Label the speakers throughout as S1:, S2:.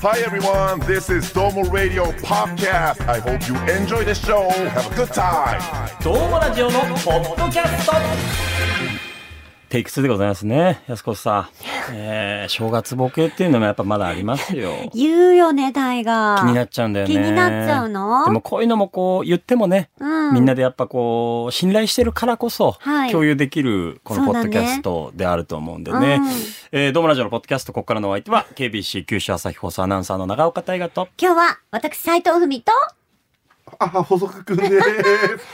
S1: Hi everyone, this is Domo Radio Podcast. I hope you enjoy the show. Have a good time.
S2: どうもラジオのポッドキャストテイク2でございますね、安子さん。えー、正月ボケっていうのもやっぱまだありますよ。
S3: 言うよね、大河。
S2: 気になっちゃうんだよね。
S3: 気になっちゃうの
S2: でもこういうのもこう言ってもね、
S3: うん
S2: みんなでやっぱこう、信頼してるからこそ、
S3: はい
S2: 共有できるこのポッドキャストであると思うんでね。
S3: うん
S2: えー、どうもラジオのポッドキャスト、ここからのお相手は、KBC 九州朝日放送アナウンサーの長岡大河と、
S3: 今日は、私、斉藤文と、
S4: あ、細くくんです。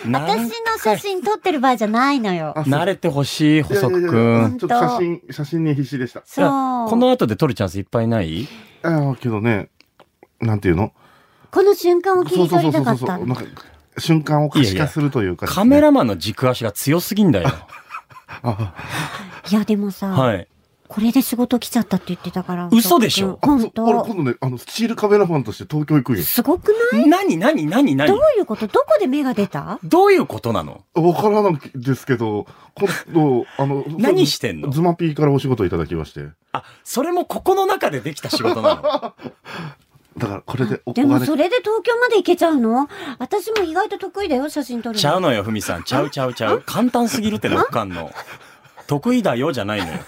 S3: 私の写真撮ってる場合じゃないのよ。
S2: 慣れてほしい、 細
S4: い
S2: く
S4: やい
S2: く
S4: やいや
S2: ん。
S4: ちょっと写真、写真に必死でした。
S2: い
S3: そう。
S2: やこ
S3: この
S2: の後で撮るチャンスいっぱいない
S4: ああ、けどね、なんていうの
S3: 瞬間を切り取りたかった
S4: なん
S3: の。
S4: か、瞬間を可視化するというか、
S2: カメラマンの軸足が強すぎんだ よ。
S3: いや、でもさ、
S2: はい。
S3: これで仕事来ちゃったって言ってたから。
S2: 嘘でしょ
S4: あ。
S3: 本
S4: そう俺
S3: 当
S4: 今度ね、あの、スチールカメラマンとして東京行くんよ。
S3: すごくない
S2: なになになにな
S3: ど
S2: に
S3: ういうことどこで目が出た
S2: どういうことなの
S4: わからないですけど、今度、あの、
S2: 何してんの
S4: ズマピーからお仕事いただきまして。
S2: あ、それもここの中でできた仕事なの。
S4: だから、これでお
S3: でも、
S4: 金
S3: それで東京まで行けちゃうの私も意外と得意だよ、写真撮 る
S2: ちゃう
S3: の。
S2: のよ、ふみさん。ちゃうちゃうちゃう。簡単すぎるってなっかん の。得意だよじゃないのよ。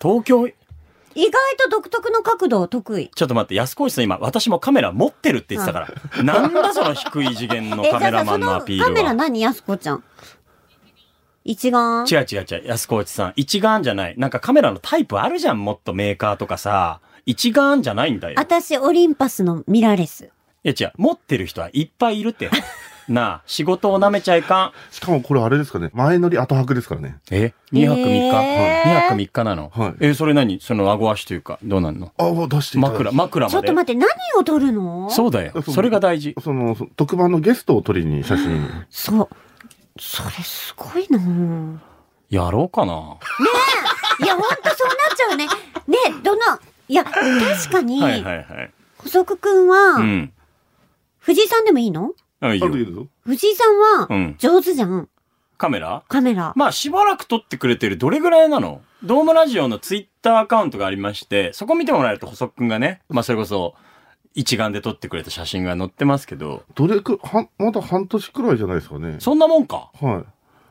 S2: 東京、
S3: 意外と独特の角度得意。
S2: ちょっと待って、安越さん今、私もカメラ持ってるって言ってた から。なんだその低い次元の
S3: え、じ
S2: カメ
S3: ゃ
S2: ラ
S3: あさ、
S2: マ
S3: そ
S2: ンの
S3: の
S2: アピー
S3: カメ
S2: ル
S3: ラ
S2: は。
S3: 何やすこちゃん。一眼
S2: 違う違う違う、安越さん。一眼じゃない。なんかカメラのタイプあるじゃん、もっとメーカーとかさ。一眼じゃないんだよ。
S3: 私、オリンパスのミラーレス。
S2: いや違う、持ってる人はいっぱいいる って。なあ、仕事を舐めちゃいかん。
S4: しかもこれあれですかね、前乗り後泊ですからね。
S2: え ?2 泊3日、
S3: えー
S2: ?2 泊3日なの、
S4: はい
S2: え、それ何その顎足というか、どうなんの
S4: ああ、出していただき
S2: 枕、枕まで。
S3: ちょっと待って、何を撮るの
S2: そうだよ。それが大事。
S4: その、そ特番のゲストを撮りに写真。
S3: そう。それすごいなぁ
S2: やろうかな。
S3: いや、ほんとそうなっち ゃうね。ね、どの、いや、確かに、
S2: はいはいはい。
S3: 細くくんは、
S2: うん。
S3: 藤井さんでもいいの
S2: あいい
S4: あ
S2: よ
S4: といいぞ。
S3: 藤井さん
S2: う
S3: は
S2: ん、
S3: 上手じゃん。
S2: カメラ
S3: カメラ。
S2: まあしばらく撮ってくれてるどれぐらいなのドームラジオのツイッターアカウントがありまして、そこ見てもらえると細くんがね、まあそれこそ一眼で撮ってくれた写真が載ってますけど、
S4: どれく、はん、まだ半年くらいじゃないですかね。
S2: そんなもんか。
S4: はい。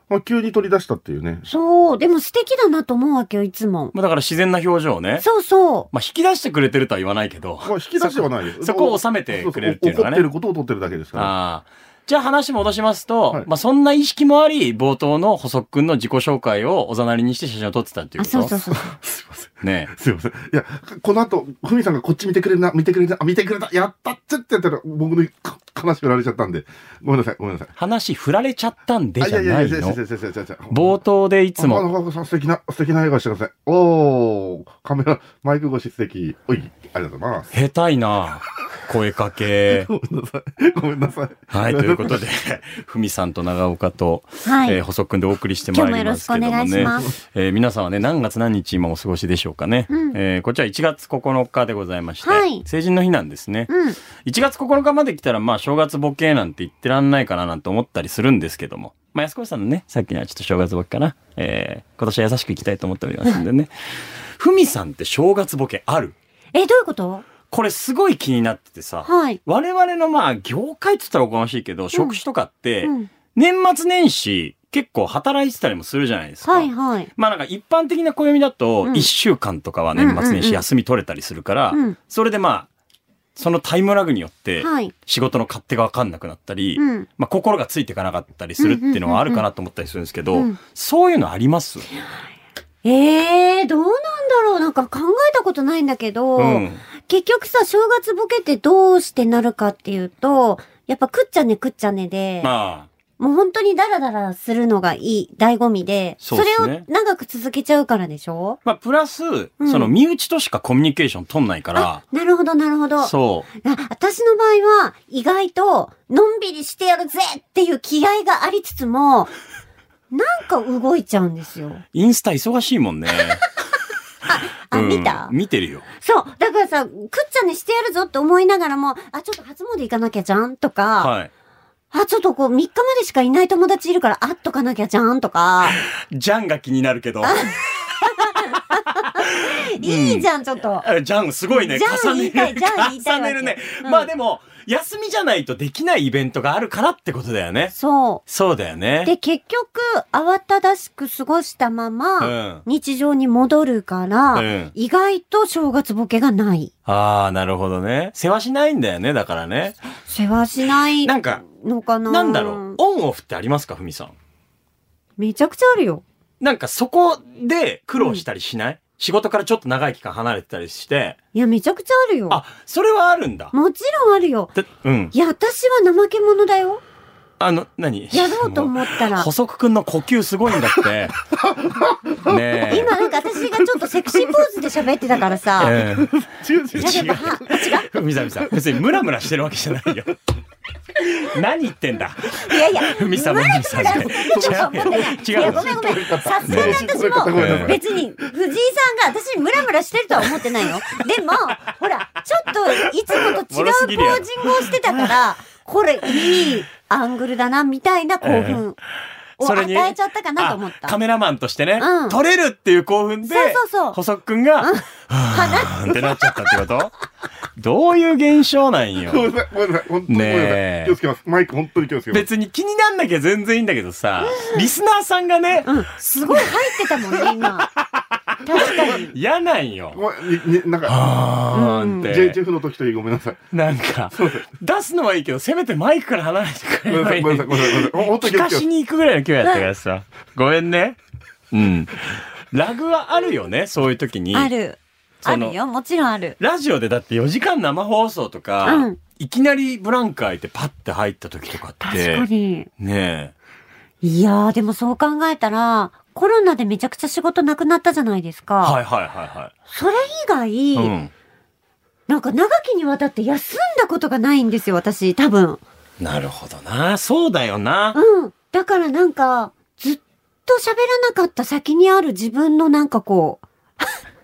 S4: まあ、急に取り出したっていうね。
S3: そう、でも素敵だなと思うわけよ、いつも。
S2: まあだから自然な表情をね。
S3: そうそう。
S2: まあ、引き出してくれてるとは言わないけど。
S4: まあ、引き出してはないです。
S2: そこを収めてくれるっていうのがね
S4: そうそう怒ってることを取ってるだけですから。
S2: ああ。じゃあ話戻しますと、
S4: はい
S2: まあ、そんな意識もあり、冒頭の細くんの自己紹介をおざなりにして写真を撮ってたっていう
S3: あ、
S2: こと
S3: そうそうそう。
S4: すいません。
S2: ねえ
S4: すいません。いや、この後、ふみさんがこっち見てくれるな、見てくれるな、見てくれた、やったっつってやったら、僕のか悲しくなられちゃったんで。ごめんなさい、ごめんなさい。
S2: 話振られちゃったんで
S4: あ
S2: じゃないの。
S4: 先生、先生、先生。
S2: 冒頭でいつ
S4: あ
S2: も、
S4: 中岡さん、素敵な、素敵な笑顔してください。おー、カメラ、マイク越し素敵。おい、ありがとうございます。
S2: 下手いな声かけ。
S4: ごめんなさい。ごめんなさい。
S2: はい、ということで、ふみさんと長岡と、
S3: はい。
S2: えー細くんでお送りしてまいりますけどもね。
S3: 今日もよろしくお願いしま
S2: えー皆さんはね、何月何日今お過ごしでしょうかね。
S3: うん
S2: えーこちら1月9日でございまして、
S3: はい
S2: 成人の日なんですね。
S3: うん。
S2: 1月9日まで来たら、まあ、正月ボケなんて言ってらんないかななんて思ったりするんですけども。まあ、安越さんのね、さっきのはちょっと正月ボケかな。えー、今年は優しくいきたいと思っておりますんでね。 ふみさんって正月ボケある
S3: え、どういうこと
S2: これすごい気になっててさ、
S3: はい。
S2: 我々のまあ、業界って言ったらおこがましいけど、職種とかって、
S3: うん。
S2: 年末年始結構働いてたりもするじゃないですか。
S3: はいはい。
S2: まあなんか一般的な暦だと
S3: うん
S2: 1週間とかは年末年
S3: うんうんう
S2: 始
S3: ん
S2: 休み取れたりするから、
S3: うん
S2: それでまあ、そのタイムラグによって、
S3: はい。
S2: 仕事の勝手が分かんなくなったり、
S3: うん。
S2: まあ、心がついていかなかったりするっていうのはあるかなと思ったりするんですけど、
S3: うんうんうん
S2: そういうのあります、
S3: ええー、どうなんだろうなんか考えたことないんだけど、
S2: うん
S3: 結局さ、正月ボケってどうしてなるかっていうと、やっぱ食っちゃね食っちゃねで、
S2: まあ、
S3: もう本当にダラダラするのがいい醍醐味で、
S2: そ
S3: そう
S2: っすね
S3: れを長く続けちゃうからでしょ
S2: まあ、プラス、
S3: ん
S2: その身内としかコミュニケーション取んないから、
S3: なるほど、なるほど。あ
S2: そう。
S3: 私の場合は、意外と、のんびりしてやるぜっていう気合がありつつも、なんか動いちゃうんですよ。
S2: インスタ忙しいもんね。
S3: あ、
S2: うん
S3: 見た
S2: 見てるよ。
S3: そう。だからさ、くっちゃねしてやるぞって思いながらも、あ、ちょっと初詣行かなきゃじゃんとか、
S2: はい。
S3: あ、ちょっとこう、3日までしかいない友達いるから、会っとかなきゃじゃんとか、
S2: ジャンが気になるけど。
S3: いいじゃん、ちょっと。
S2: あじゃん、すごいね。
S3: じゃん
S2: 重ね
S3: 言いたい
S2: る。
S3: じゃん言いたい
S2: 重
S3: わ
S2: ね
S3: け
S2: るね。
S3: うん
S2: まあでも、休みじゃないとできないイベントがあるからってことだよね。
S3: そ
S2: そうだよ
S3: う。
S2: ね。
S3: で、結局、慌ただしく過ごしたま
S2: う
S3: ま、
S2: ん。
S3: 日常に戻るから、
S2: うん
S3: 意外と正月ボケがない。
S2: ああ、なるほどね。世話しないんだよね、だからね。
S3: 世話しない
S2: なんか、
S3: のかな。
S2: なんだろう。オンオフってありますか、ふみさん。
S3: めちゃくちゃあるよ。
S2: なんかそこで苦労したりしない、仕事からちょっと長い期間離れてたりして。
S3: いや、めちゃくちゃあるよ。
S2: あ、それはあるんだ。
S3: もちろんあるよ。
S2: だうん。
S3: いや、私は怠け者だよ。
S2: あの、何
S3: やろうと思ったら。
S2: 細くくんの呼吸すごいんだ って。ねえ。
S3: 今なんか私がちょっとセクシーポーズで喋ってたからさ。だ
S2: ええ
S4: 違う違う。
S3: けど、は、違
S2: みさみさん、別にムラムラしてるわけじゃないよ。何言ってんだ。
S3: う。いやいや、
S2: ふみさんもふみさんで。
S3: い
S2: 違う
S3: や、
S2: よ。
S3: ごめんごめん。さすがに私
S4: ごめんな
S3: も、
S4: さい
S3: 別に、藤井さんが私にムラムラしてるとは思ってないよ。でも、ほら、ちょっと、いつもと違うポージングをしてた から、これ、いいアングルだな、みたいな興奮を
S2: それに
S3: 与えちゃったかなと思っ
S2: あ
S3: た。
S2: カメラマンとしてね、
S3: うん
S2: 撮れるっていう興奮で、
S3: そうそうそう
S2: 細くんが、はーってなっちゃったってことどういう現象なんよ。
S4: ごめんなさい、ごめんなさい、本当にごめんな
S2: ね
S4: さ
S2: え
S4: い。気をつけます。マイク本当に気をつけます。
S2: 別に気になんなきゃ全然いいんだけどさ、リスナーさんがね、
S3: うん、すごい入ってたもんね、今。 確かに。
S2: 嫌なんよ。
S4: ごめんにになんか、
S2: あーんって。
S4: JHF の時といいごめんなさい。
S2: なんか、出すのはいいけど、せめてマイクから離れてくれ
S4: ごめんな
S2: ば
S4: さ
S2: い
S4: い、
S2: い
S4: ごめんなさい、ごめんなさいごめんなさい。本当に
S2: 聞
S4: 気を
S2: か
S4: つけま
S2: し
S4: す。
S2: に行くぐらいの今日やったからさ。ごめんね。うん。ラグはあるよね、そういう時に。
S3: ある。
S2: そ
S3: あ
S2: の
S3: るよ、もちろんある。
S2: ラジオでだって4時間生放送とか、
S3: うん
S2: いきなりブランク空いてパッて入った時とかっ
S3: 確
S2: て。
S3: かに。
S2: ね
S3: いやー、でもそう考えたら、コロナでめちゃくちゃ仕事なくなったじゃないですか。
S2: え。はいはいは
S3: それ以
S2: いはい。
S3: 外、
S2: うん。
S3: なんか長きにわたって休んだことがないんですよ、私、多分。
S2: なるほどな。そうだよな。
S3: うん。だからなんか、ずっと喋らなかった先にある自分のなんかこう、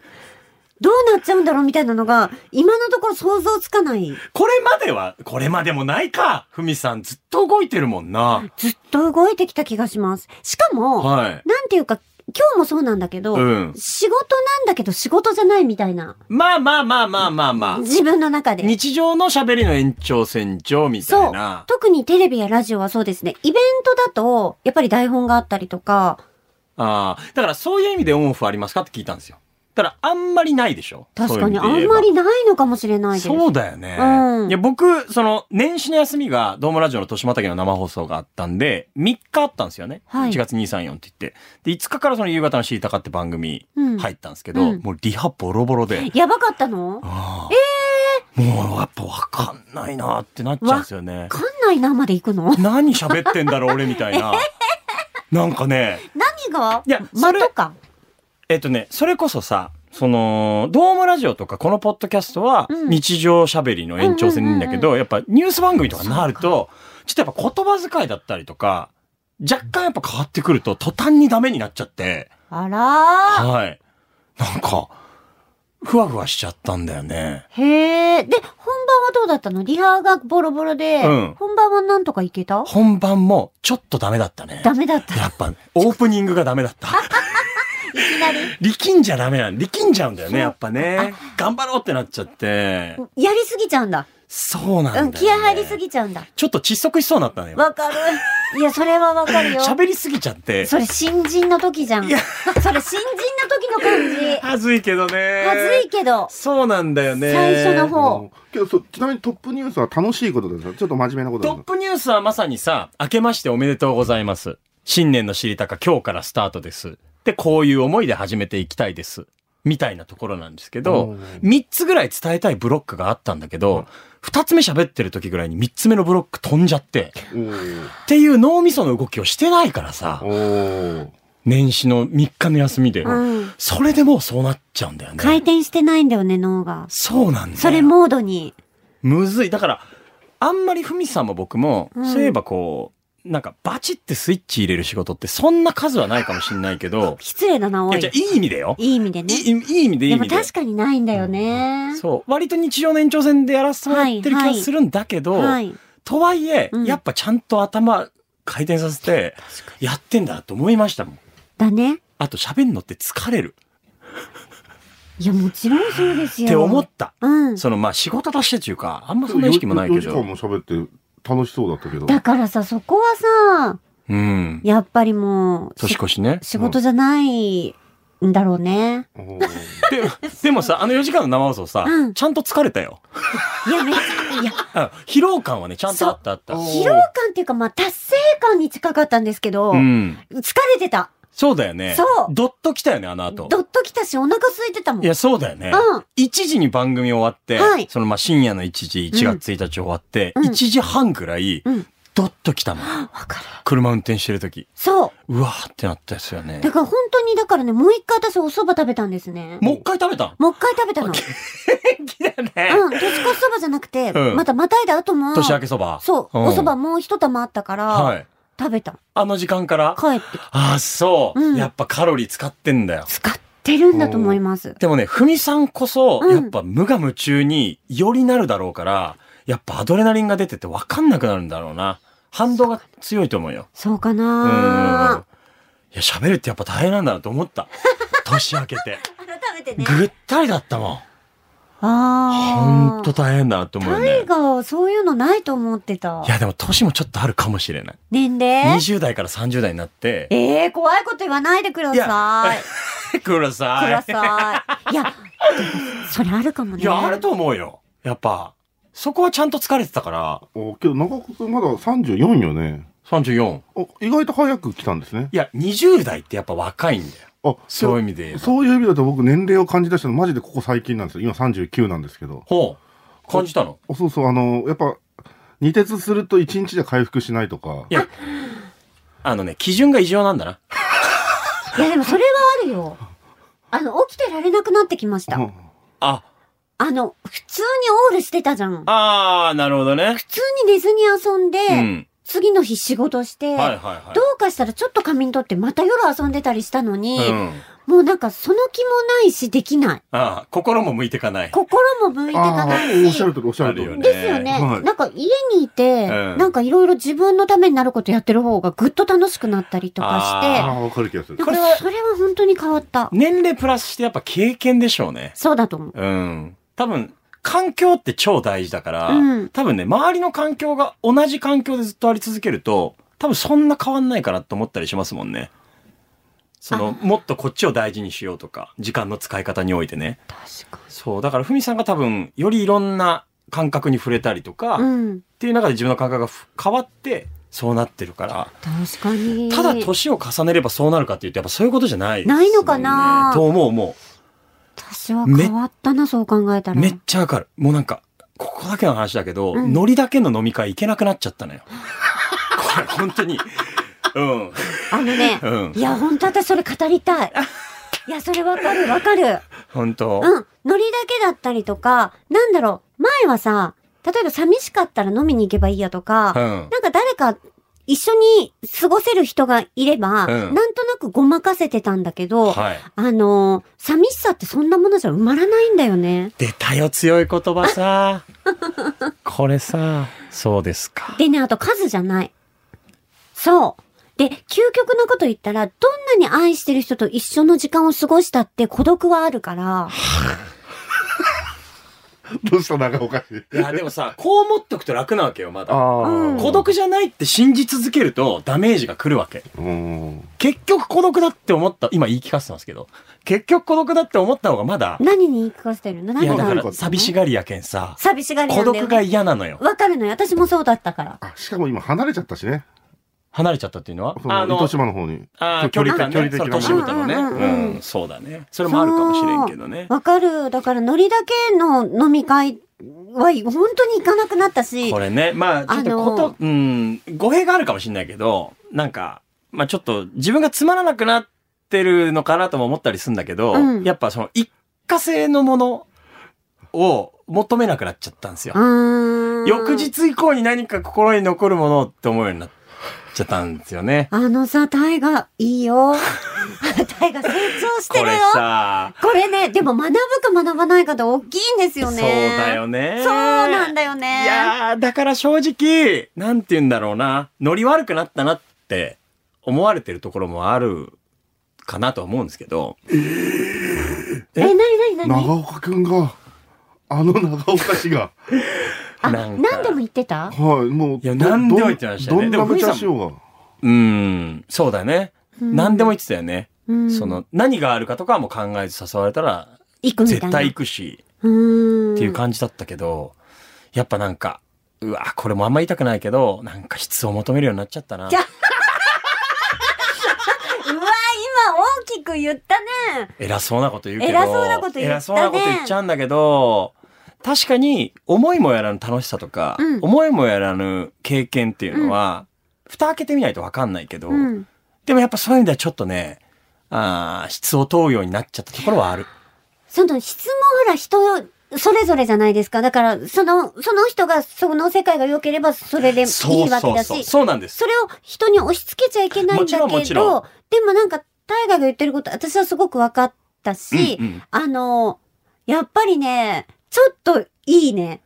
S3: どうなっちゃうんだろうみたいなのが、今のところ想像つかない。
S2: これまでは、これまでもないか。ふみさんずっと動いてるもんな。
S3: ずっと動いてきた気がします。しかも、
S2: はい。
S3: なんていうか、今日もそうなんだけど、
S2: うん
S3: 仕事なんだけど仕事じゃないみたいな。
S2: まあまあまあまあまあまあ。
S3: 自分の中で。
S2: 日常の喋りの延長線上みた
S3: そ
S2: いうな。。
S3: 特にテレビやラジオはそうですね。イベントだと、やっぱり台本があったりとか、
S2: ああ、だからそういう意味でオンオフありますかって聞いたんですよ。だからあんまりないでしょ
S3: 確かにあ
S2: そういう意味で言
S3: ん
S2: えば
S3: まりないのかもしれないです。
S2: そうだよね。
S3: うん
S2: いや、僕、その、年始の休みが、ドームラジオの豊島岳の生放送があったんで、3日あったんですよね。
S3: はい
S2: 1月234って言って。で、5日からその夕方の知りたかって番組
S3: うん
S2: 入ったんですけど、
S3: うん
S2: もうリハボロボロで。
S3: やばかったのわ
S2: ああもうやっぱわかんないなってなっちゃうんですよね。
S3: かんないなまで行くの
S2: 何喋ってんだろう、俺みたいな。なんかね、
S3: 何が
S2: いやそ
S3: 間
S2: れ
S3: とか。
S2: えっとね、それこそさ、その、ドームラジオとかこのポッドキャストは
S3: うん
S2: 日常喋りの延長線なんだけど、やっぱニュース番組とかになると、ちょっとやっぱ言葉遣いだったりとか、若干やっぱ変わってくると途端にダメになっちゃって、
S3: あらー。
S2: はい。なんか、ふわふわしちゃったんだよね。
S3: へえ。で、本番はどうだったのリハがボロボロで、
S2: うん
S3: 本番はなんとかいけた
S2: 本番もちょっとダメだったね。
S3: ダメ だった。い
S2: やっぱ、オープニングがダメだ った。
S3: きなり。
S2: 力んじゃダメなん、力んじゃうんだよね、やっぱね。頑張ろうってなっちゃって。
S3: やりすぎちゃうんだ。
S2: そうなんだ
S3: う
S2: よ、
S3: ん、
S2: ね。
S3: 気合入りすぎちゃうんだ。
S2: ちょっと窒息しそうになったのよ。
S3: わかる。いや、それはわかるよ。
S2: 喋りすぎちゃって。
S3: それ新人の時じゃん。それ新人の時の感じ。
S2: はずいけどね。
S3: はずいけど。
S2: そうなんだよね。
S3: 最初の方
S4: うんけどそうちなみにトップニュースは楽しいことですよちょっと真面目なことで
S2: ト
S4: す
S2: ップニュースはまさにさ、明けましておめでとうございます。新年の知りたか今日からスタートです。で、こういう思いで始めていきたいです。みたいなところなんですけ
S4: う
S2: ど
S4: ん、
S2: 3つぐらい伝えたいブロックがあったんだけど、2つ目喋ってる時ぐらいに3つ目のブロック飛んじゃって、っていう脳みその動きをしてないからさ
S4: お、ーお
S2: 年始の3日の休みで。
S3: うん。
S2: それでもうそうなっちゃうんだよね。
S3: 回転してないんだよね、脳が。
S2: そうなんだよ
S3: それモードに。
S2: むずい。だから、あんまりふみさんも僕も、
S3: うん、
S2: そういえばこう、なんかバチってスイッチ入れる仕事ってそんな数はないかもしんないけど
S3: 失礼だな、
S2: い
S3: お
S2: や、
S3: い。
S2: じゃ
S3: い
S2: あいい意味でよ。
S3: い意味でね
S2: い。いいい意味でいい
S3: で
S2: 意
S3: も
S2: 味で。
S3: 確かにないんだよね。
S2: そう。割と日常の延長線でやらせてもらってる気
S3: はい
S2: が
S3: はい
S2: するんだけど、
S3: はい。
S2: とはいえ、
S3: うん
S2: やっぱちゃんと頭回転させて、やってんだと思いましたもん。
S3: だね。
S2: あと喋んのって疲れる。
S3: いや、もちろんそうですよ。
S2: って思った。
S3: うん。
S2: そのまあ仕事としてっていうか、あんまそんな意識もないけ
S4: 4時間
S2: ど。
S4: も喋って楽しそうだったけど。
S3: だからさ、そこはさ、
S2: うん。
S3: やっぱりもう、
S2: 年越しね。
S3: 仕事じゃないんだろうね。
S4: おー
S2: ででもさ、あの4時間の生放送さ、
S3: うん
S2: ちゃんと疲れたよ。
S3: いや、めっちゃ、いや、
S2: あ疲労感はね、ちゃんとあったあった。
S4: そう
S3: 疲労感っていうか、まあ、達成感に近かったんですけど、
S2: うん。
S3: 疲れてた。
S2: そうだよね。
S3: そう
S2: ドッと来たよね、あの後。
S3: どっときたし、お腹空いてたもん。
S2: いや、そうだよね。
S3: うん
S2: 1時に番組終わって、
S3: はい
S2: そのまあ深夜の1時、1月1日終わって、
S3: うん
S2: 1時半ぐらい、
S3: うん
S2: ドッと来たの。
S3: わかる。
S2: 車運転してる時。
S3: そう
S2: わーってなったですよね
S3: う。。だから本当に、だからね、もう一回私お蕎麦食べたんですね。
S2: もう一回食べた
S3: もう一回食べたの。うん、年越しそばじゃなくて、
S2: うん
S3: またまたいだ後も、
S2: 年明けそば。
S3: そう、
S2: ん
S3: おそばもう一玉あったから、
S2: はい。
S3: 食べた。
S2: あの時間から
S3: 帰ってきて
S2: ああ、そう、
S3: うん
S2: やっぱカロリー使ってんだよ。
S3: 使ってるんだと思います。
S2: でもね、ふみさんこそ、
S3: うん
S2: やっぱ無我夢中によりなるだろうから、やっぱアドレナリンが出ててわかんなくなるんだろうな。反動が強いと思うよ。
S3: そうか
S2: うんうんうん。い
S3: な
S2: や、喋るってやっぱ大変なんだなと思 った。年明けて。
S3: 改めてね。
S2: ぐったりだったもん。
S3: ああ。
S2: ほんと大変だなと思うよ
S3: タイ
S2: ね。
S3: ガーはそういうのないと思ってた
S2: い。や、でも年もちょっとあるかもしれない。
S3: 年齢
S2: 20代から30代になって、
S3: えー、怖いこと言わないでくだ
S2: い
S3: さい。
S2: 黒
S3: くだ
S2: さい。
S3: さい。いや、でもそれあるかもね。
S2: いや、あると思うよ。やっぱ、そこはちゃんと疲れてたから、
S4: おーけど長岡君まだ34よね。
S2: 34。
S4: お意外と早く来たんですね。
S2: いや、20代ってやっぱ若いんだよ。
S4: あ、
S2: そういう
S4: う
S2: 意味で言えば。
S4: そういう意味だと僕年齢を感じ出したのマジでここ最近なんですよ。今39なんですけど。
S2: ほう。感じたの
S4: おそうそう、あのやっぱ、二徹すると一日じゃ回復しないとか
S2: い。や、あのね、基準が異常なんだな。
S3: いや、でもそれはあるよ。あの、起きてられなくなってきました。
S4: うん
S2: あ、
S3: あの、普通にオールしてたじゃん。
S2: あー、なるほどね。
S3: 普通に寝ずに遊んで、
S2: うん。
S3: 次の日仕事し
S2: は
S3: て、
S2: いはいはい。
S3: どうかしたらちょっと仮眠取ってまた夜遊んでたりしたのに、
S2: うん。
S3: もうなんかその気もないしできない。
S2: あー心も向いてかない。
S3: 心も向いてか
S4: ああ
S3: ない
S4: ー、おっし
S3: し
S4: ゃ。るとりおっしゃると
S2: あるよ
S4: り。
S2: ね
S3: ですよね。
S4: はい
S3: なんか家にいて、
S2: うん
S3: なんかいろいろ自分のためになることやってる方がぐっと楽しくなったりとかして、
S4: あ
S2: あ
S4: あ、わかる気がする
S3: な。ん
S2: これ
S3: か
S2: は
S3: それは本当に変わった。
S2: 年齢プラスしてやっぱ経験でしょうね。
S3: そうだと思う。
S2: うん。多分、環境って超大事だから、
S3: うん
S2: 多分ね、周りの環境が同じ環境でずっとあり続けると、多分そんな変わんないかなと思ったりしますもんね。その、もっとこっちを大事にしようとか、時間の使い方においてね。
S3: 確か
S2: そう、だからふみさんが多分、よりいろんな感覚に触れたりとか、
S3: に。
S2: っ
S3: うん。
S2: ていう中で自分の感覚がふ変わって、そうなってるから、
S3: 確かに。
S2: ただ年を重ねればそうなるかっていうと、やっぱそういうことじゃないですもんね、
S3: ないのかな
S2: と思う、思う。
S3: 私は変わったな、そう考えたら。
S2: めっちゃわかる。もうなんか、ここだけの話だけど、
S3: うん
S2: ノリだけの飲み会行けなくなっちゃったのよ。これ本当に。うん。
S3: あのね、
S2: うん
S3: い。や、本当私それ語 りたい。いや、それわかる、わかる。
S2: 本当。
S3: うん。ノリだけだったりとか、なんだろう、前はさ、例えば寂しかったら飲みに行けばいいやとか、
S2: うん。
S3: なんか誰か一緒に過ごせる人がいれば、
S2: うん
S3: なんとなくごまかせてたんだけど、
S2: はい。
S3: あのー寂しさってそんなものじゃ埋まらないんだよね。
S2: 出たよ、強い言葉さ。これさ、そうですか。
S3: でね、あと数じゃない。そう。で、究極のこと言ったら、どんなに愛してる人と一緒の時間を過ごしたって孤独はあるから、
S4: どうした長岡氏。
S2: いや、でもさ、こう思っとくと楽なわけよ、まだ。
S4: ああ、
S3: うん
S2: 孤独じゃないって信じ続けるとダメージが来るわけ。
S4: うん。
S2: 結局孤独だって思った、今言い聞かせてますけど、結局孤独だって思った方がまだ、
S3: 何に言い聞かせてるの
S2: い
S3: 何
S2: や、
S3: が
S2: だか
S3: 悪いの
S2: ら寂しがりやけんさ、
S3: 寂しがりな
S2: 孤
S3: んだよ、ね。
S2: 独が嫌なのよ。
S3: わかるのよ。私もそうだったから。
S4: あ、しかも今離れちゃったしね。
S2: 離れちゃったっていうのは
S4: そ
S2: あの
S4: の糸、島の方に。
S2: あー距
S4: 距
S2: 離
S4: 離
S2: 感
S4: 感
S2: ね。
S4: 距離的
S2: その
S4: な
S2: 年下のね。
S3: う
S2: うん
S3: うんうんうん
S2: ん、そうだね。それもあるかもしれんけどね。
S3: わかる。だから、ノリだけの飲み会は、本当に行かなくなったし
S2: こ、れね、まあ、ちょっとこ
S3: あ
S2: と、うん、語弊があるかもしれないけど、なんか、まあちょっと自分がつまらなくなってるのかなとも思ったりするんだけど、
S3: うん
S2: やっぱその一過性のものを求めなくなっちゃったんですよ。
S3: うーん
S2: 翌日以降に何か心に残るものって思うようになっちゃったんですよね。
S3: あのさ、タイガ、い いよ。タイガ成長して
S2: こ
S3: る
S2: れ
S3: よ。
S2: さ、
S3: これね、でも学ぶか学ばないかで大きいんですよ
S2: そう
S3: ね。
S2: だよね。
S3: そうなんだよね。
S2: いやー、だから正直、なんて言うんだろうな、ノリ悪くなったなって思われてるところもあるかなとは思うんですけど、
S3: え、なになに何
S4: 長岡くんが、あの長岡氏が、
S3: あ、
S2: なんか
S3: 何でも言ってた
S4: はい、も
S2: い
S4: う、
S2: や
S4: ど
S2: 何でも言ってましたね
S4: どん
S2: で
S4: ど
S2: も
S4: んな無茶しようが。
S2: うん、そうだね。
S3: うん
S2: 何でも言ってたよね。
S3: うん
S2: その、何があるかとかはもう考えず誘われたら、
S3: 行くみたいな。
S2: 絶対行くし、
S3: うーん。
S2: っていう感じだったけど、やっぱなんか、うわ、これもあんま言いたくないけど、なんか質を求めるようになっちゃったな
S3: じ。ゃうわ、今大きく言ったね。
S2: 偉そうなこと言うけど。
S3: 偉そうなこと言ったね
S2: 偉そうなこと言っちゃうんだけど、確かに、思いもやらぬ楽しさとか、
S3: うん
S2: 思いもやらぬ経験っていうのは、蓋開けてみないとわかんないけど、
S3: うん。
S2: でもやっぱそういう意味ではちょっとね、ああ、質を問うようになっちゃったところはある。
S3: その質問ほら人、それぞれじゃないですか。だから、その、その人が、その世界が良ければ、それでいいわけだ
S2: そう。
S3: し、
S2: そうなんです。
S3: それを人に押し付けちゃいけない
S2: も
S3: んだ
S2: ちろんも
S3: け
S2: ちろ
S3: ど、でもなんか、大河が言ってること、私はすごく分かったし、
S2: うんうん
S3: あの、やっぱりね、ちょっとい いね。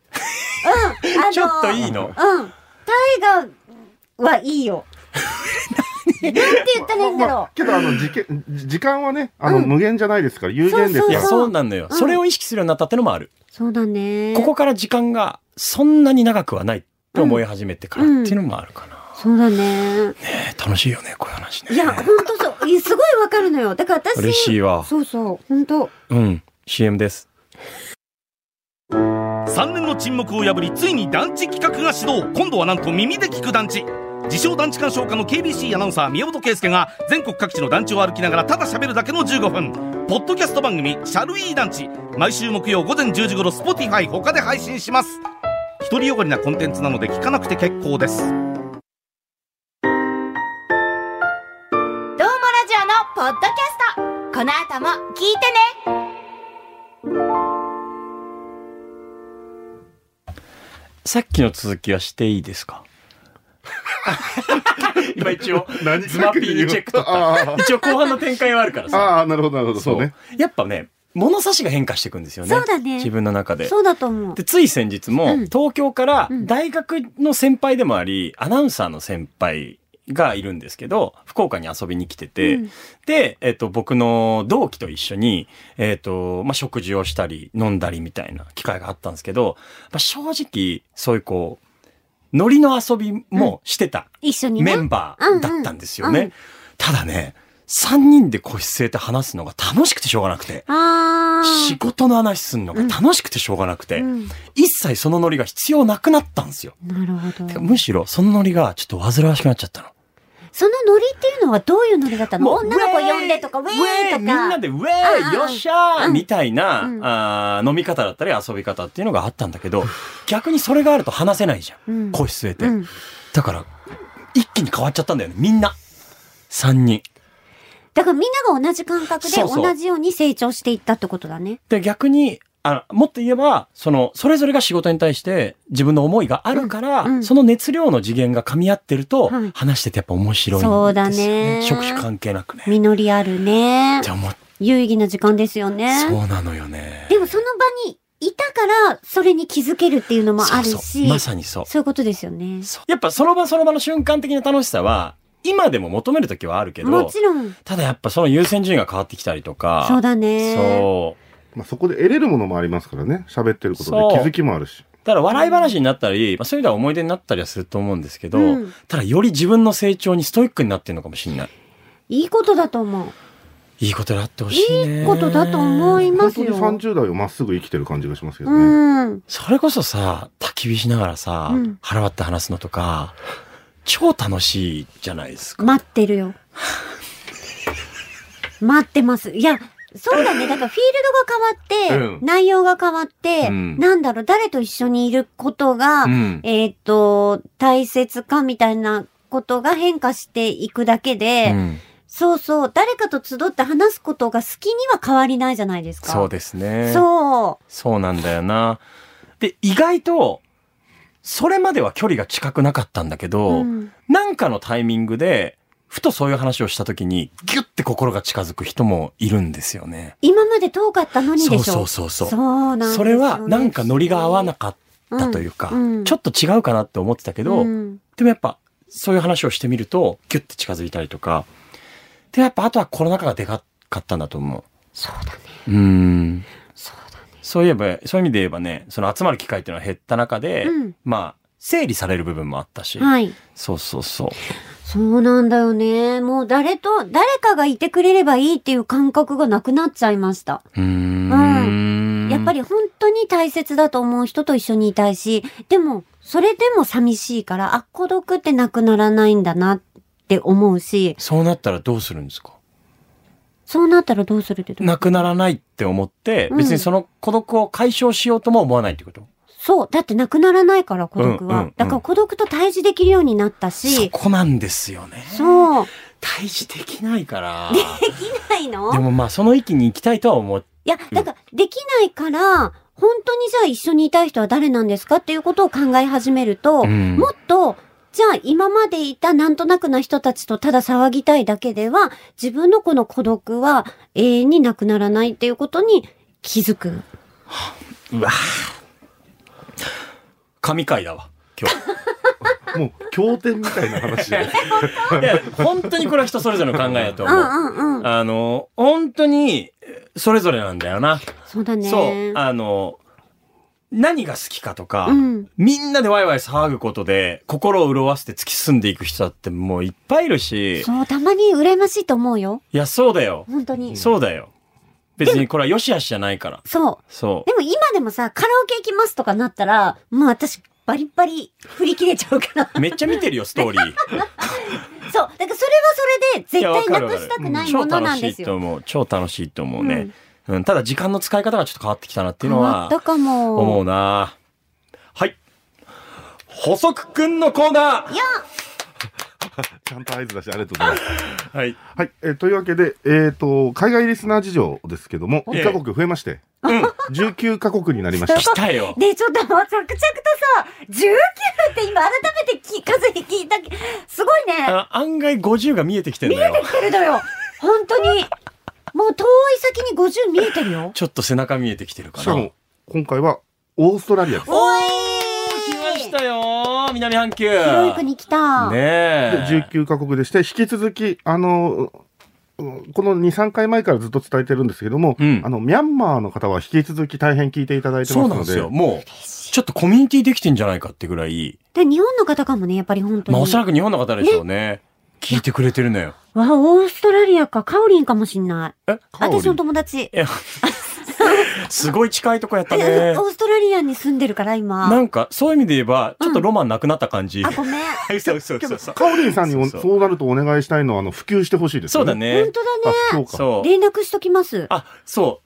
S3: うん、あの、
S2: ちょっといいの
S3: うん。大河はい いよ。なんて言ったらいいんだろ
S4: けど、あの、時間、時間はね、あの、
S3: うん
S4: 無限じゃないですから、有限です
S3: そう
S2: い
S4: か
S2: や、
S4: ら。
S2: そうなんだよ。
S3: うん
S2: それを意識するようになったってのもある。
S3: う。そうだね。
S2: ここから時間がそんなに長くはないと思い始めてからっていうのもあるかな。
S3: そうだね。
S2: ねえ楽しいよね、こういう話ね。
S3: いや、ほんとそう。いやすごいわかるのよ。だから私、
S2: 嬉しいわ。
S3: そうそう、ほんと。
S2: うん。CM です。
S5: 3年の沈黙を破りついに団地企画が始動今度はなんと耳で聞く団地自称団地鑑賞家の KBC アナウンサー宮本圭介が全国各地の団地を歩きながらただ喋るだけの15分ポッドキャスト番組「シャルイー団地」毎週木曜午前10時頃 Spotify 他で配信します独りよがりなコンテンツなので聞かなくて結構です
S6: どうもラジオのポッドキャストこの後も聞いてね
S2: さっきの続きはしていいですか 今一応、
S4: 何
S2: ズマピーにチェックとか
S4: あ。
S2: 一応後半の展開はあるから
S4: あ
S2: さ。
S4: ああ、なるほど、なるほど、そうね。。
S2: やっぱね、物差しが変化していくんですよね。
S3: そうだね
S2: 自分の中で。
S3: そうだと思う。
S2: で、つい先日も、
S3: うん
S2: 東京から
S3: うん
S2: 大学の先輩でもあり、アナウンサーの先輩がいるんですけど、福岡に遊びに来てて、
S3: うん
S2: で、えっ、と、僕の同期と一緒に、えっ、と、まあ、食事をしたり、飲んだりみたいな機会があったんですけど、まあ、正直、そういうこう、ノリの遊びもしてた
S3: 一緒に
S2: メ
S3: ね。
S2: ンバーだったんですよね。
S3: うんうん
S2: ただね、3人で個室へて話すのが楽しくてしょうがなくて、
S3: あ
S2: 仕事の話すんのが楽しくてしょうがなくて、
S3: ー。うん。
S2: 一切そのノリが必要なくなったんですよ。
S3: なるほど。
S2: てかむしろそのノリがちょっと煩わしくなっちゃったの。
S3: そのノリっていうのはどういうノリだったの
S2: もう
S3: 女の子
S2: ウェイ
S3: 呼んでとか、ウェーイとか。
S2: みんなでウェ
S3: うんう
S2: ー
S3: ん
S2: イよっしゃーみたいな、
S3: うん
S2: あー飲み方だったり遊び方っていうのがあったんだけど、逆にそれがあると話せないじゃん。
S3: うん
S2: 個室へて、
S3: うん
S2: だから、一気に変わっちゃったんだよね。みんな。三人。
S3: だからみんなが同じ感覚で
S2: そうそう
S3: 同じように成長していったってことだね。
S2: で、逆に、あもっと言えば、その、それぞれが仕事に対して自分の思いがあるから、
S3: うんうん
S2: その熱量の次元が噛み合ってると、
S3: はい
S2: 話しててやっぱ面白いんですよね。
S3: そうだね
S2: 職種関係なくね。っ
S3: 実りあるね
S2: て。思っ
S3: 有意義な時間ですよね。
S2: そうなのよね。
S3: でもその場にいたから、それに気づけるっていうのもあるし、
S2: そう
S3: そ
S2: そううまさにそう。
S3: いうことですよね。
S2: そうやっぱその場その場の瞬間的な楽しさは、今でも求めるときはあるけ
S3: も
S2: ど、
S3: ちろん、
S2: ただやっぱその優先順位が変わってきたりとか、
S3: そうだね。
S2: そう。
S4: まあ、そこで得れるものもありますからね。喋ってること
S2: そう
S4: で気づきもあるし。
S2: ただ笑い話になったり、まあ、そういうのは思い出になったりはすると思うんですけど、
S3: うん
S2: ただより自分の成長にストイックになってるのかもしれない。
S3: いいことだと思う。
S2: いいことであってほしいね。
S3: いいことだと思いま
S4: 本
S3: す
S4: 当に
S3: よ。
S4: 30代をまっすぐ生きてる感じがしますけど
S3: う
S4: ね。
S3: ん。
S2: それこそさ、焚き火しながらさ、
S3: うん
S2: 腹割って話すのとか、超楽しいじゃないですか。
S3: 待ってるよ。 待ってます。いや、そうだね。だからフィールドが変わって、
S4: うん
S3: 内容が変わって、
S2: うん
S3: なんだろう、誰と一緒にいることが、
S2: うん。
S3: えーっと、大切かみたいなことが変化していくだけで、
S2: うん
S3: そうそう、誰かと集って話すことが好きには変わりないじゃないですか。
S2: そうですね。
S3: そ
S2: そうなんだよな。で、意外と、それまでは距離が近くなかったんだけ
S3: う。
S2: ど、
S3: うん
S2: なんかのタイミングで、ふとそういう話をした時に、ギュッて心が近づく人もいるんですよね。
S3: 今まで遠かったのに
S2: そ
S3: で
S2: う
S3: しょ。
S2: そうそうそう。
S3: そうなんですよね
S2: それはなんかノリが合わなかったというか、
S3: うんうん
S2: ちょっと違うかなって思ってたけど、
S3: うん
S2: でもやっぱそういう話をしてみるとギュッて近づいたりとかでやっぱあとはコロナ禍がでかかったんだと思う。
S3: そうだね。
S2: うん
S3: そうだね。
S2: そういえば、そういう意味で言えばね、その集まる機会っていうのは減った中で、
S3: うん
S2: まあ、整理される部分もあったし、
S3: はい。
S2: そうそうそう。
S3: そうなんだよね。もう誰と、誰かがいてくれればいいっていう感覚がなくなっちゃいました。
S2: うーん。
S3: やっぱ
S2: り、
S3: り本当に大切だと思う人と一緒にいたいし、でも、それでも寂しいから、あ、孤独ってなくならないんだなって思うし、
S2: そうなったらどうするんですか
S3: そうなったらどうするってどう
S2: なくならないって思って、
S3: うん
S2: 別にその孤独を解消しようとも思わないってこと、
S3: そう。だってなくならないから、孤独
S2: うん
S3: は。
S2: うんうん
S3: だから孤独と対峙できるようになった
S2: そ
S3: し、
S2: こなんですよね。
S3: そう。
S2: 対峙できないから。
S3: ない の
S2: でもまあ、その域に行きたいとは思う。
S3: いや、だから、できないから、本当にじゃあ一緒にいたい人は誰なんですかっていうことを考え始めると、
S2: うん
S3: もっと、じゃあ今までいたなんとなくな人たちとただ騒ぎたいだけでは、自分のこの孤独は永遠になくならないっていうことに気づく。
S2: うわぁ神回だわ、今日。
S4: もう、経典みたいな話。
S2: いや、本当にこれは人それぞれの考えだと
S3: う
S2: 思
S3: ん
S2: う。
S3: うんうん。
S2: あの、本当に、それぞれなんだよな。
S3: そうだね。
S2: そう。あの、何が好きかとか、
S3: うん。
S2: みんなでワイワイ騒ぐことで、心を潤わせて突き進んでいく人だってもういっぱいいるし、
S3: そう、たまに羨ましいと思うよ。
S2: いや、そうだよ。
S3: 本当に。
S2: そうだよ。別にこれは良し悪しじゃないから。
S3: そう。
S2: そ
S3: でも今でもさ、カラオケ行きますとかなったら、もう私、バリバリ振り切れちゃうから。
S2: う。めっちゃ見てるよ、ストーリー。
S3: そう。だからそれはそれで、
S2: いやわ
S3: 絶
S2: か
S3: 対
S2: る
S3: な
S2: わか
S3: く
S2: る
S3: したくない
S2: 超
S3: もの
S2: 楽
S3: なん
S2: し
S3: で
S2: い
S3: す
S2: と
S3: よ。
S2: 思う。超楽しいと思うね。うん、ただ時間の使い方がちょっと変わってきたなっていう
S3: 変
S2: の
S3: わ
S2: は
S3: った、かも。
S2: 思うなはい。補足くんのコーナー
S4: ちゃんと合図だし、ありがとうございます。
S2: はい。
S4: はい、えーというわけで、えっ、と、海外リスナー事情ですけども、
S2: ええ
S4: 1カ国増えまして、
S2: うん。
S4: 19カ国になりました。
S2: 来たよ。
S3: で、ちょっともう着々とさ、19って今改めてき数に聞いたけすごいね。
S2: あ案外50が見えてきてんだよ。
S3: けれどよ。本当に。もう遠い先に50見えてるよ。
S2: ちょっと背中見えてきてるか
S4: し
S2: な。
S4: かも、今回は、オーストラリアです。
S3: おい
S2: 来ましたよ南半球。
S3: 広い国来た。
S2: ね
S4: で
S2: え。
S4: 19カ国でして、引き続き、あの、うんこの2、3回前からずっと伝えてるんですけども、
S2: うん
S4: あの、ミャンマーの方は引き続き大変聞いていただいて
S2: そ
S4: ま
S2: う
S4: す
S2: なん
S4: の
S2: です
S4: で、
S2: よ。もう、ちょっとコミュニティできてんじゃないかってぐらい、
S3: で、日本の方かもね、やっぱり本当に。
S2: まあおそらく日本の方でしょうね。聞いてくれてるのよ。
S3: わ、オーストラリアか、カオリンかもしんない。
S2: え
S4: カオリン
S3: 私の友達。
S2: えすごい近いとこやった
S3: え
S2: ね
S3: オ。ーストラリアに住んでるから、
S2: な
S3: 今。
S2: んか、そういう意味で言えば、ちょっとロマンなくなった感じ。
S3: あ、ごめん。
S2: 嘘嘘嘘嘘
S4: カオリンさんにお
S2: そ
S4: そうう
S2: そう
S4: なるとお願いしたいのは、あの、普及してほしいです
S2: そ
S4: よ
S2: うだ
S4: ね。
S2: ね
S3: 本。当だね。
S4: あ、そうか。
S2: そう。
S3: 連絡しときます。
S2: あ、 そう。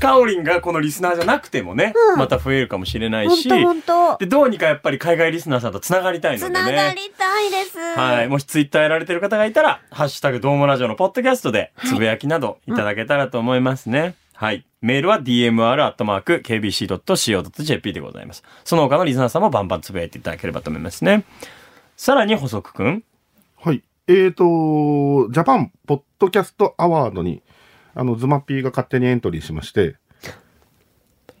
S2: かおりんがこのリスナーじゃなくてもね、
S3: うん
S2: また増えるかもしれない
S3: 本
S2: し、
S3: 当本当。
S2: で、どうにかやっぱり海外リスナーさんとつながりたいの
S3: つ
S2: で
S3: なが
S2: ね。
S3: りたいです。
S2: はい。もしツイッターやられてる方がいたら、ハッシュタグどうもラジオのポッドキャストで、つぶやきなどいただけたらと思いますね。はい。メールは dmr.kbc.co.jp でございます。その他のリスナーさんもバンバンつぶやいていただければと思いますね。さらに補足くん。
S4: はい。えーと、ジャパンポッドキャストアワードに、あの、ズマピーが勝手にエントリーしまして、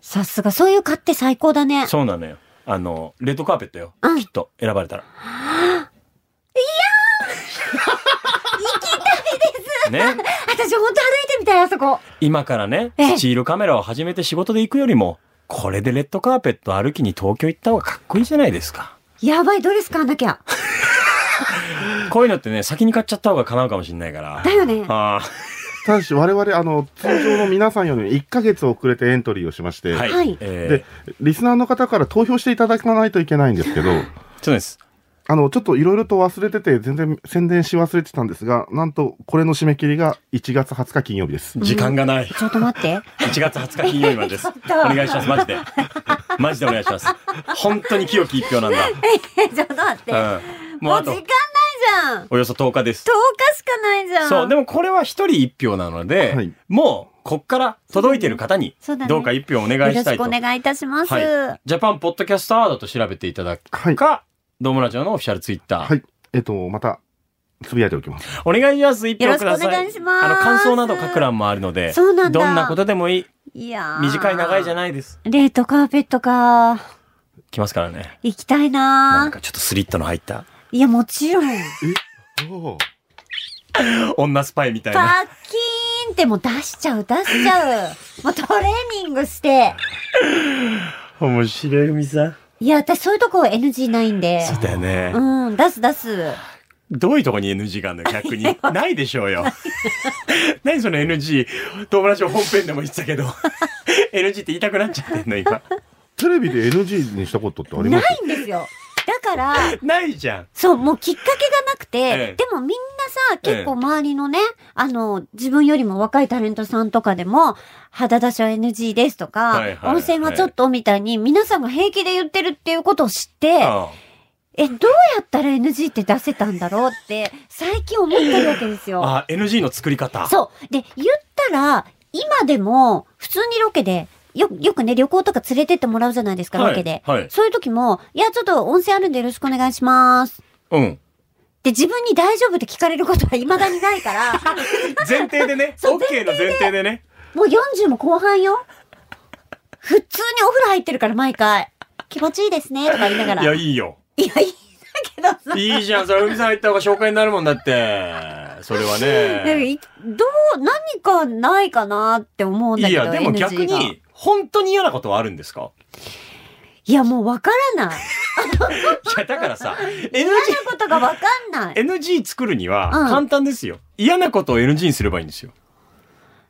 S3: さすが、そういう買って最高だね。
S2: そうなのよ。あの、レッドカーペットよ。
S3: うん
S2: きっと選ばれたら。 いやー行きたいですね。
S3: 私本当歩いてみたい、あそこ。
S2: 今からね、
S3: ええ
S2: スチールカメラを始めて仕事で行くよりも、これでレッドカーペット歩きに東京行った方がかっこいいじゃないですか。
S3: やばい、ドレス買わなきゃ。
S2: こういうのってね、先に買っちゃった方が叶うかもしれない から。
S3: だよ ね
S2: あ
S4: ただし我々、あの、通常の皆さんより1ヶ月遅れてエントリーをしまして、
S2: あ、はい。
S3: はい
S2: え
S4: で、リスナーの方から投票していただかないといけないんです けど、
S2: ー、そうです。
S4: あの、ちょっといろいろと忘れてて、全然宣伝し忘れてたんですが、なんと、これの締め切りが1月20日金曜日です。
S2: 時間がない。
S3: ちょっと待 って。
S2: 1月20日金曜日までで す。お願いします、マジで。マジでお願いします。本当に清き一票なん
S3: え、ちょっと待って。
S2: だ。うん。も
S3: も
S2: う
S3: う
S2: あ
S3: 時間な
S2: と
S3: い、じゃん。10
S2: およそ10日です。
S3: 日しかないじゃん。
S2: そう、でもこれは一人一票なので、
S4: はい
S2: もう、こっから届いてる方に
S3: そうだ、ね
S2: どうか一票お願いしたいと。
S3: よろしくお願いいたします。
S2: はい。ジャパンポッドキャストアワードと調べていただく
S4: はい。
S2: か、ドームラジオのオフィシャルツイッター。
S4: はい。えっと、また、つぶやいておきます。
S2: お願いします。一票ください。
S3: よろしくお願いします
S2: あの、感想など書く欄もあるので、
S3: そうなんだ
S2: どんなことでもいい。
S3: いやー
S2: 短い長いじゃないです。
S3: レートカーペットか。
S2: 来ますからね。
S3: 行きたい
S2: なん
S3: な。
S2: かちょっとスリットの入った、
S3: いや、もちろん。
S4: お
S2: 女スパイみたいな。
S3: パッキーンーンってもう出しちゃう、出しちゃう。 もうトレーニングして。
S2: 面白い、ふみさん。
S3: いや、私そういうとこ NG ないんで。
S2: そうだよね。
S3: うん、出す出す。
S2: どういうとこに NG があるの逆に。ないでしょうよ。何その NG。友達を本編でも言ってたけど。NG って言いたくなっちゃってんの、今。
S4: テレビで NG にしたことってありま
S3: な
S4: す
S3: いんですよ。だから、
S2: ないじゃん。
S3: そう、もうきっかけがなくて、
S2: ええ
S3: でもみんなさ、結構周りのね、あの、自分よりも若いタレントさんとかでも、肌出しは NG ですとか、
S2: はいはいはい
S3: 温泉はちょっとみたいに、皆さんが平気で言ってるっていうことを知って、え、どうやったら NG って出せたんだろうって、最近思ってるわけです よ。
S2: あ、NG の作り方。
S3: そう。で、言ったら、今でも、普通にロケで、よ、よくね、旅行とか連れてってもらうじゃないですか、
S2: はい
S3: ロケで。
S2: はい
S3: そういう時も、いや、ちょっと温泉あるんでよろしくお願いします。
S2: うん。
S3: で、自分に大丈夫って聞かれることは 未だにないから、
S2: 前提でね。
S3: そう
S2: OK の前提でね。
S3: もう40も後半よ。普通にお風呂入ってるから、毎回。気持ちいいですね、とか言いながら。
S2: い
S3: い
S2: や、
S3: や、い
S2: いいよ。
S3: いんだけどさ。
S2: いいじゃん。それ、ふみさん入った方が紹介になるもんだって。それは
S3: なんか
S2: ね。
S3: いどう、何かないかなって思うん
S2: い
S3: だけど、
S2: や、でも
S3: NG が
S2: 逆。に、本当に嫌なことはあるんですか
S3: いや、もうわか らない。
S2: いや、だからさ、NG
S3: 嫌なことがわかんない。
S2: NG 作るには
S3: うん
S2: 簡単ですよ、嫌なことを NG にすればいいんですよ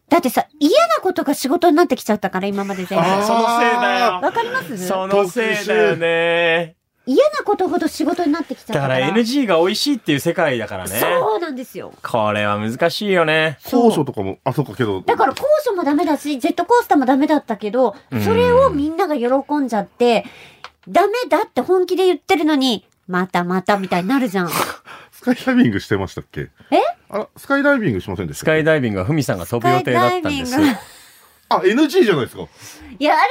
S3: だってさ、嫌なことが仕事になってきちゃったから、今まで全部。
S4: あー
S3: わ
S2: そのせいだよ
S3: かります
S2: そのせいだよね
S3: 嫌なことほど仕事になってきちゃっ
S2: だ
S3: た
S2: か
S3: から
S2: ら。NG が美味しいっていう世界だからね
S3: そうなんですよ。
S2: これは難しいよね
S4: 高所とかも、あ、そうかけど。
S3: だから高所もダメだし、ジェットコースターもダメだったけど、それをみんなが喜んじゃって、ダメだって本気で言ってるのに、またまたみたいになるじゃん。
S4: スカイダイビングしてましたっけ
S3: え
S4: あら、スカイダイビングしませんでし
S2: ス
S4: たっ
S2: カ
S4: け
S2: イダイビングはふみさんが飛ぶ予定だったんです
S3: スカイダイビング
S4: あ、NG じゃないですか。
S3: いや、あれは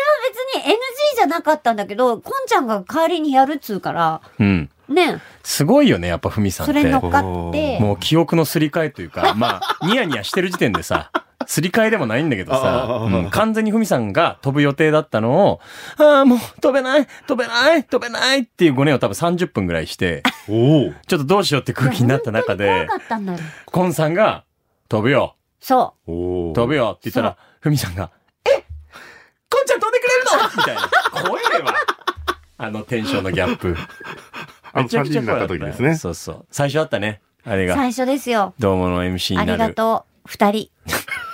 S3: 別に NG じゃなかったんだけど、こんちゃんが代わりにやるっつうから、
S2: うん
S3: ね、
S2: すごいよねやっぱふみさんっ
S3: それに乗
S2: て
S3: っかって、
S2: もう記憶のすり替えという かまあニヤニヤしてる時点でさすり替えでもないんだけど
S4: あ
S2: さ
S4: あ、
S2: うん完全にふみさんが飛ぶ予定だったのを、ああ、もう飛べない、飛べない、飛べないっていうごねを多分30分ぐらいして、
S4: おお。
S2: ちょっとどうしようって空気になった中
S3: 怖
S2: で
S3: か、ったんだよ。
S2: コンさんが、飛ぶよ、
S3: そ
S4: おお。
S2: 飛ぶよって言ったら、ふみさんが、えコンちゃん飛んでくれるのみたいな。怖えわ。あのテンションのギャップ。
S4: あの、3人になった
S2: 怖
S4: 時
S2: か
S4: です
S2: よ
S4: ね。
S2: そうそう。最初あったね。あれ
S3: う。
S2: が。
S3: 最初ですよ。
S2: どうもの MC
S3: あ
S2: に
S3: り
S2: な
S3: が
S2: る。
S3: とう。二人。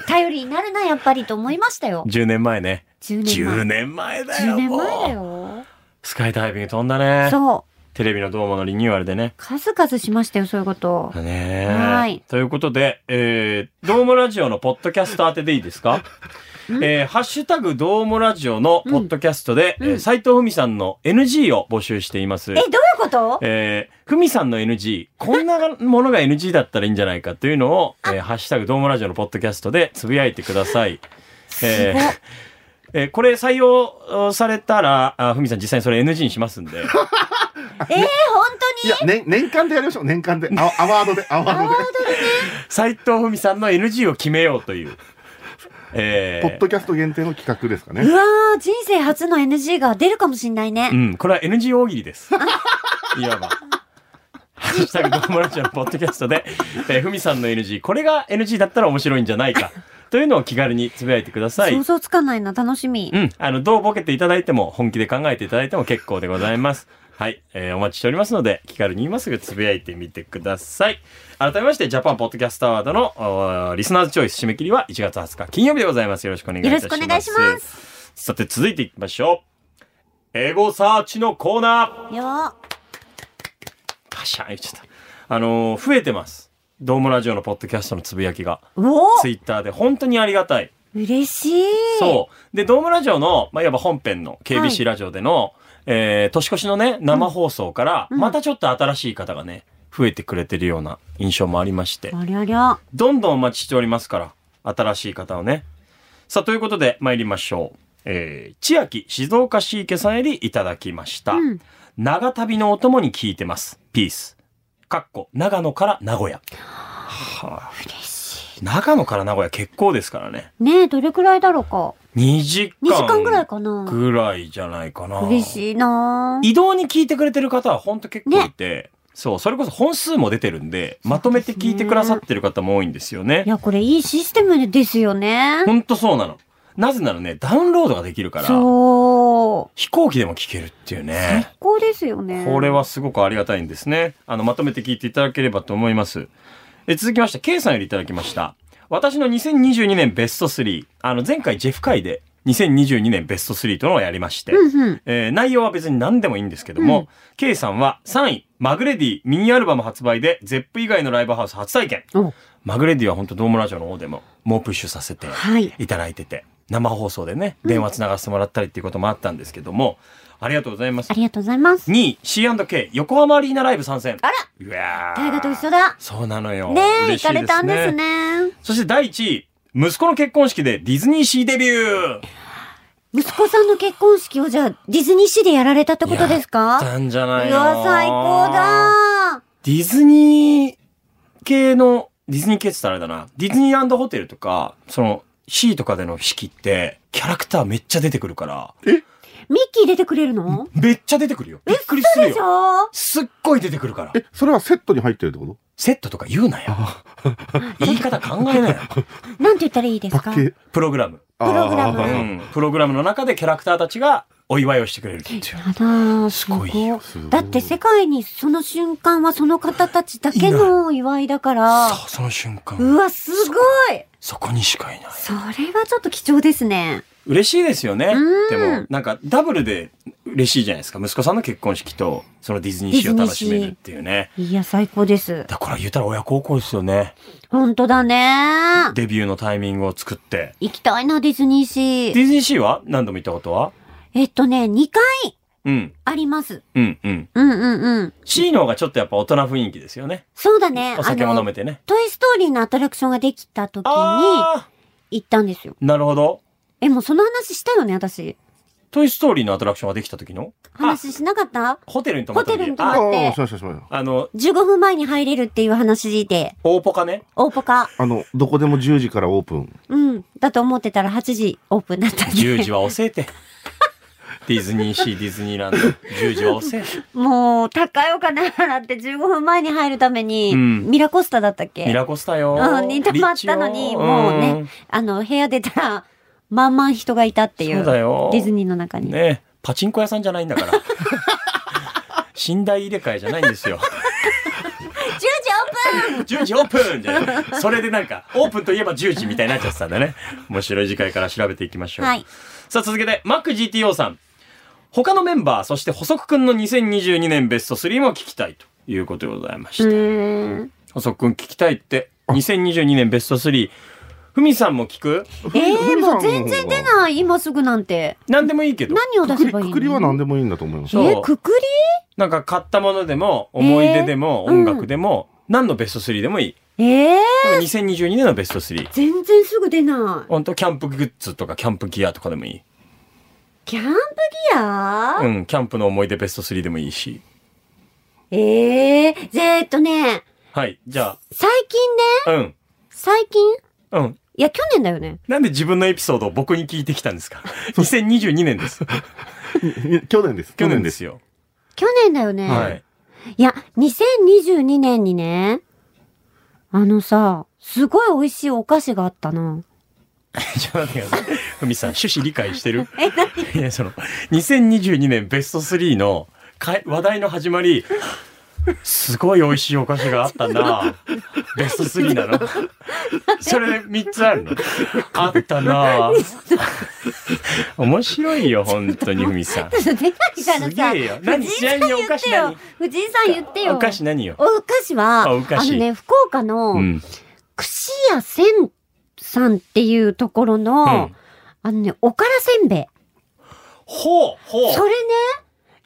S3: 頼りになるな、やっぱりと思いましたよ。
S2: 10年前ね。
S3: 10年
S2: 10
S3: 前。
S2: 年前だよ。
S3: 10年前だ
S2: もう。
S3: よ。
S2: スカイダイビング飛んだね。
S3: そう。
S2: テレビのどうものリニューアルでね。
S3: 数々しましたよ、そういうこと。
S2: ねえ
S3: はい
S2: ということで、えー、どうもラジオのポッドキャスト当てでいいです かえー、ハッシュタグどうもラジオのポッドキャストで、
S3: うんうん
S2: 斎藤文さんの NG を募集しています
S3: え、どうい。うこと
S2: えー、ふみさんの NG、こんなものが NG だったらいいんじゃないかというのを、えー、ハッシュタグどうもラジオのポッドキャストでつぶやいてください。えーえーこれ採用されたら、あふみさん実際にそれ NG にします んで。
S3: えー、本
S4: いや、年、年間でやりましょう。年間で。 あアワードで、アワードで。
S2: 斉藤文さんの NG を決めようという。え
S4: ポッドキャスト限定の企画ですか
S3: 当に
S4: ね。
S3: うわー、人生初の NG が出るかもしんないね
S2: う。ん、これは NG 大喜利 です。いわば。ハッシュタグどうもラジオのポッドキャストで、えーふみさんの NG、これが NG だったら面白いんじゃないか、というのを気軽につぶやいてください
S3: 想。像つかないな、楽しみ
S2: う。ん、あの、どうボケていただいても、本気で考えていただいても結構でござい ます。はい、えーお待ちしておりますので、気軽に今すぐつぶやいてみてください。改めまして、ジャパンポッドキャストアワードのおーリスナーズチョイス締め切りは1月20日金曜日でございます。よろしくお願いいたします。。
S3: よろしくお願いします
S2: さて、続いていきましょう。エゴサーチのコーナー。
S3: よー
S2: パシャン言っちゃった。あのー増えてます。ドームラジオのポッドキャストのつぶやきが。
S3: うお
S2: ツイッターで本当にありがたい。
S3: 嬉しい。
S2: そう。で、ドームラジオの、まあ、いわば本編の
S3: はい
S2: KBC ラジオでの、えー年越しのね、生放送から、
S3: ん
S2: またちょっと新しい方がね、増えてくれてるような印象もありまして、
S3: ありゃりゃ。
S2: どんどんお待ちしておりますから、新しい方をね。さあ、ということで、参りましょう。えー、千秋静岡市池さんよりいただきました。
S3: うん。
S2: 長旅のお供に聞いてます。ピース。かっこ、長野から名古屋。はあ、長野から名古屋結構ですからね。
S3: ねえ、どれくらいだろうか。
S2: 2時
S3: 2
S2: 間。
S3: 時間ぐらいかな。
S2: ぐらいじゃないかな。
S3: 嬉しいなー
S2: 移動に聞いてくれてる方はほんと結構いて、そう、それこそ本数も出てるんで、まとめて聞いてくださってる方も多いんですよね
S3: い。や、これいいシステムですよね。
S2: ほんとそうなの。なぜならね、ダウンロードができるから、
S3: そう。
S2: 飛行機でも聞けるっていうね。
S3: こうですよね。
S2: これはすごくありがたいんですね。あの、まとめて聞いていただければと思います。え続きまして、K さんよりいただきました。私の2022年ベスト3。あの、前回ジェフ会で2022年ベスト3というのをやりまして、
S3: うんうん。
S2: えー内容は別に何でもいいんですけども、K さんは3位、マグレディミニアルバム発売で、ゼップ以外のライブハウス初体験。
S3: お
S2: マグレディは本当ドームラジオの方でも、もうプッシュさせて
S3: はい
S2: いただいてて、生放送でね、電話つながせてもらったりっていうこともあったんですけども、ありがとうございます
S3: あ。りがとうございます。
S2: 2位、C&K、横浜アリーナライブ参戦。
S3: あら
S2: うわー
S3: 大河と一緒だ。
S2: そうなのよ。
S3: ねえ、
S2: 嬉
S3: 行
S2: しい
S3: かれたんです。ね。
S2: そして第1位、息子の結婚式でディズニーシーデビュー
S3: 息子さんの結婚式をじゃあ、ディズニーシーでやられたってことです
S2: やっ
S3: か
S2: たんじゃ
S3: う
S2: ないの
S3: わ、最高だ。
S2: ディズニー系の、ディズニー系って言ったらあれだな。ディズニーランドホテルとか、その、シーとかでの式って、キャラクターめっちゃ出てくるから、
S3: ミッキー出てくれるの
S2: めっちゃ出てくるよ。びっくりす
S3: そう
S2: る
S3: でし
S2: よ。
S3: ょ
S2: すっごい出てくるから。
S4: え、それはセットに入ってるってこと
S2: セットとか言うなよ。言い方考えなよ。
S3: なんて言ったらいいです
S4: パ
S3: か
S4: ッケージ
S2: プログラム。
S4: あー
S3: プログラム
S2: う。
S3: うん
S2: プログラムの中でキャラクターたちがお祝いをしてくれるっていう。
S3: やだー
S2: すごいよ
S3: すごいだって世界にその瞬間はその方たちだけのお祝いだから。
S2: そう、その瞬間、
S3: うわ、すごい
S2: そこにしかいない。
S3: それはちょっと貴重ですね。
S2: 嬉しいですよね
S3: う。ん
S2: でも、なんか、ダブルで嬉しいじゃないですか。息子さんの結婚式と、そのディズニーシーを楽しめるっていうね。
S3: いや、最高です。
S2: だから言うたら親孝行ですよね。
S3: ほんとだね
S2: デビューのタイミングを作って。
S3: 行きたいな、ディズニー
S2: デ
S3: シー。
S2: ィズニーシーは何度も行ったことは
S3: えっとね、2回
S2: うん、
S3: あります。
S2: うん、うん。
S3: うんうんうん。
S2: シーの方がちょっとやっぱ大人雰囲気ですよね。
S3: そうだね。
S2: お酒も飲め
S3: て。
S2: てね。
S3: トイストーリーのアトラクションができた時に
S2: あ
S3: 行ったんですよ。
S2: ーなるほど。
S3: え、もうその話したよね、私。
S2: トイストーリーのアトラクションができた時のあ、
S3: 話しなかった
S2: ホテルに泊まった時
S3: ホテルに泊まっ
S2: あ
S3: て
S4: ああ、しましたしました。
S2: あの、
S3: ?15 分前に入れるっていう話で、
S2: 大ポカね。
S3: オーポか。
S4: あの、どこでも10時からオープン。
S3: うん。だと思ってたら8時オープンだったんで。
S2: 10時は抑え て。ディズニーシー、ディズニーランド。10時は抑えて。
S3: もう、高いお金払って15分前に入るために、
S2: うん
S3: ミラコスタだったっけ
S2: ミラコスタよ。
S3: うん、に泊まったの
S2: リッチ
S3: に、
S2: よ
S3: もうね、
S2: ん
S3: あの、部屋出たら、まんまん人がいたっていう。
S2: そうだよ
S3: ディズニーの中に。
S2: ねパチンコ屋さんじゃないんだから。 寝台入れ替えじゃないんですよ。
S3: 10時オープン
S2: 10時オープンじゃないそれでなんか、オープンといえば10時みたいになっちゃってたんだね。面白い次回から調べていきましょう。
S3: はい。
S2: さあ続けて、マック GTO さん。他のメンバー、そして補足くんの2022年ベスト3も聞きたいということでございました。
S3: うーん。
S2: 補足くん聞きたいって、2022年ベスト3。ふみさんも聞く
S3: えー、
S4: ふみさん
S3: も
S4: の
S3: う
S4: 方が
S3: 全然出ない、今すぐなんて。
S2: 何でもいいけど。
S3: 何を
S4: く
S3: 出
S4: く
S3: せ
S4: り、
S3: ばいい
S4: く
S3: の
S4: くりは何でもいいんだと思います。
S2: そう
S3: え、くくり
S2: なんか買ったものでも、思い出でも、
S3: えーうん
S2: 音楽でも、何のベスト3でもいい。
S3: えー、
S2: でも2022年のベスト3。
S3: 全然すぐ出ない。
S2: 本当キャンプグッズとかキャンプギアとかでもいい。
S3: キャンプギア、
S2: うん、キャンプの思い出ベスト3でもいいし。
S3: えー、ぜーっとね、
S2: はい、じゃ
S3: 最近ね、
S2: あ、うん、
S3: 最近
S2: うん。
S3: いや、去年だよね。
S2: なんで自分のエピソードを僕に聞いてきたんですか ?2022 年です。
S4: 去年です。
S2: 去年で。すよ。
S3: 去年だよね。
S2: はい。
S3: いや、2022年にね、あのさ、すごい美味しいお菓子があったな。
S2: ちょっと待ってください。ふみ さん、趣旨理解してる いや、その、2022年ベスト3のかい話題の始まり、すごい美味しいお菓子があった なベスト3なのそれで3つあるのあった な面白いよ、本当にふみさん。
S3: ちょっと 出ないから
S2: すげえよ
S3: さ、
S2: 何
S3: 藤井
S2: ちな
S3: さん
S2: みにお
S3: 言
S2: 菓
S3: っ
S2: 子
S3: てよ
S2: 何。
S3: 藤井さん言ってよ。
S2: お菓子何よ。
S3: お菓子は、
S2: あお菓子
S3: あのね、福岡の、
S2: うん。
S3: 串屋せんさんっていうところの、
S2: うん
S3: あのね、おからせんべい。
S2: ほうほう
S3: それね、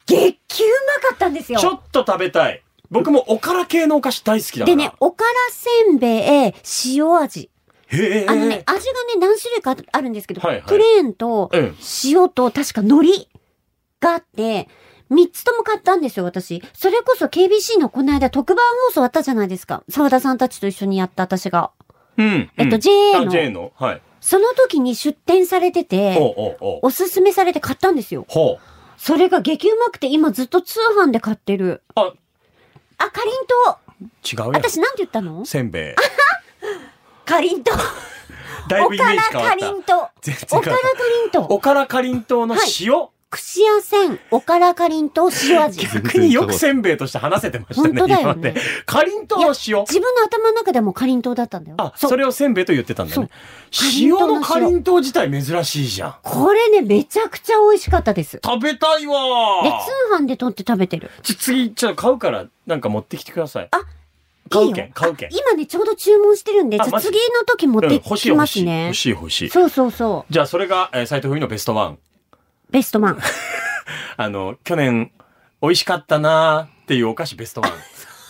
S3: 激級うまかったんですよ。
S2: ちょっと食べたい。僕もおから系のお菓子大好きだか
S3: で
S2: ら。
S3: ね、おからせんべい、塩味。
S2: へえ。
S3: あのね、味がね、何種類かあるんですけど、
S2: はいはい
S3: プレーンと
S2: うん
S3: 塩と確か海苔があって、3つとも買ったんですよ、私。それこそ KBC のこの間特番放送あったじゃないですか。沢田さんたちと一緒にやった私が。
S2: うん。
S3: えっと、
S2: うん
S3: JA
S2: あ
S3: の。
S2: JA の。はい。
S3: その時に出店されて
S2: おう
S3: て、
S2: おうおう。
S3: おすすめされて買ったんですよ。
S2: ほう。
S3: それが激うまくて今ずっと通販で買ってる。
S2: あ、
S3: あ、かりんとう。
S2: 違うやん。
S3: 私なんて言ったの
S2: せんべい。
S3: かりんとう。
S2: だい
S3: お
S2: ぶイメ
S3: か
S2: ー
S3: ら
S2: ジ変わ
S3: か
S2: っ
S3: りん
S2: た。
S3: とう。
S2: 全然
S3: お
S2: 変わ
S3: か
S2: っ
S3: らか
S2: た
S3: りんとう。
S2: おからかりんとうの塩、
S3: 串屋せん、おからかりんとう 塩味。
S2: 逆によくせんべいとして話せてましたね。
S3: 本当だ
S2: 今ま
S3: よね
S2: でかりんとうの塩。
S3: 自分の頭の中ではもうかりんとうだったんだよ。
S2: あ、それをせんべいと言ってたんだよね。
S3: そう
S2: 塩のかりんとう自体珍しいじゃん。
S3: これね、めちゃくちゃ美味しかったです。で、
S2: 食べたいわー
S3: 通販で取って食べてる。
S2: ちょ次、ちょっと買うから、なんか持ってきてください。
S3: あ、
S2: 買う
S3: いい
S2: け
S3: よ
S2: ん、買うけん。
S3: あ今ね、ちょうど注文してるんで、
S2: あ
S3: ちょ
S2: マジ
S3: 次の時持っ
S2: うん
S3: て
S2: 欲しい
S3: きま
S2: 欲
S3: す
S2: しい。
S3: ね
S2: 欲。しい欲しい。
S3: そうそうそ
S2: じゃあ、それが、えー、斎藤文のベストワン。
S3: う。ベストマン。
S2: あの、去年、美味しかったなーっていうお菓子ベストワン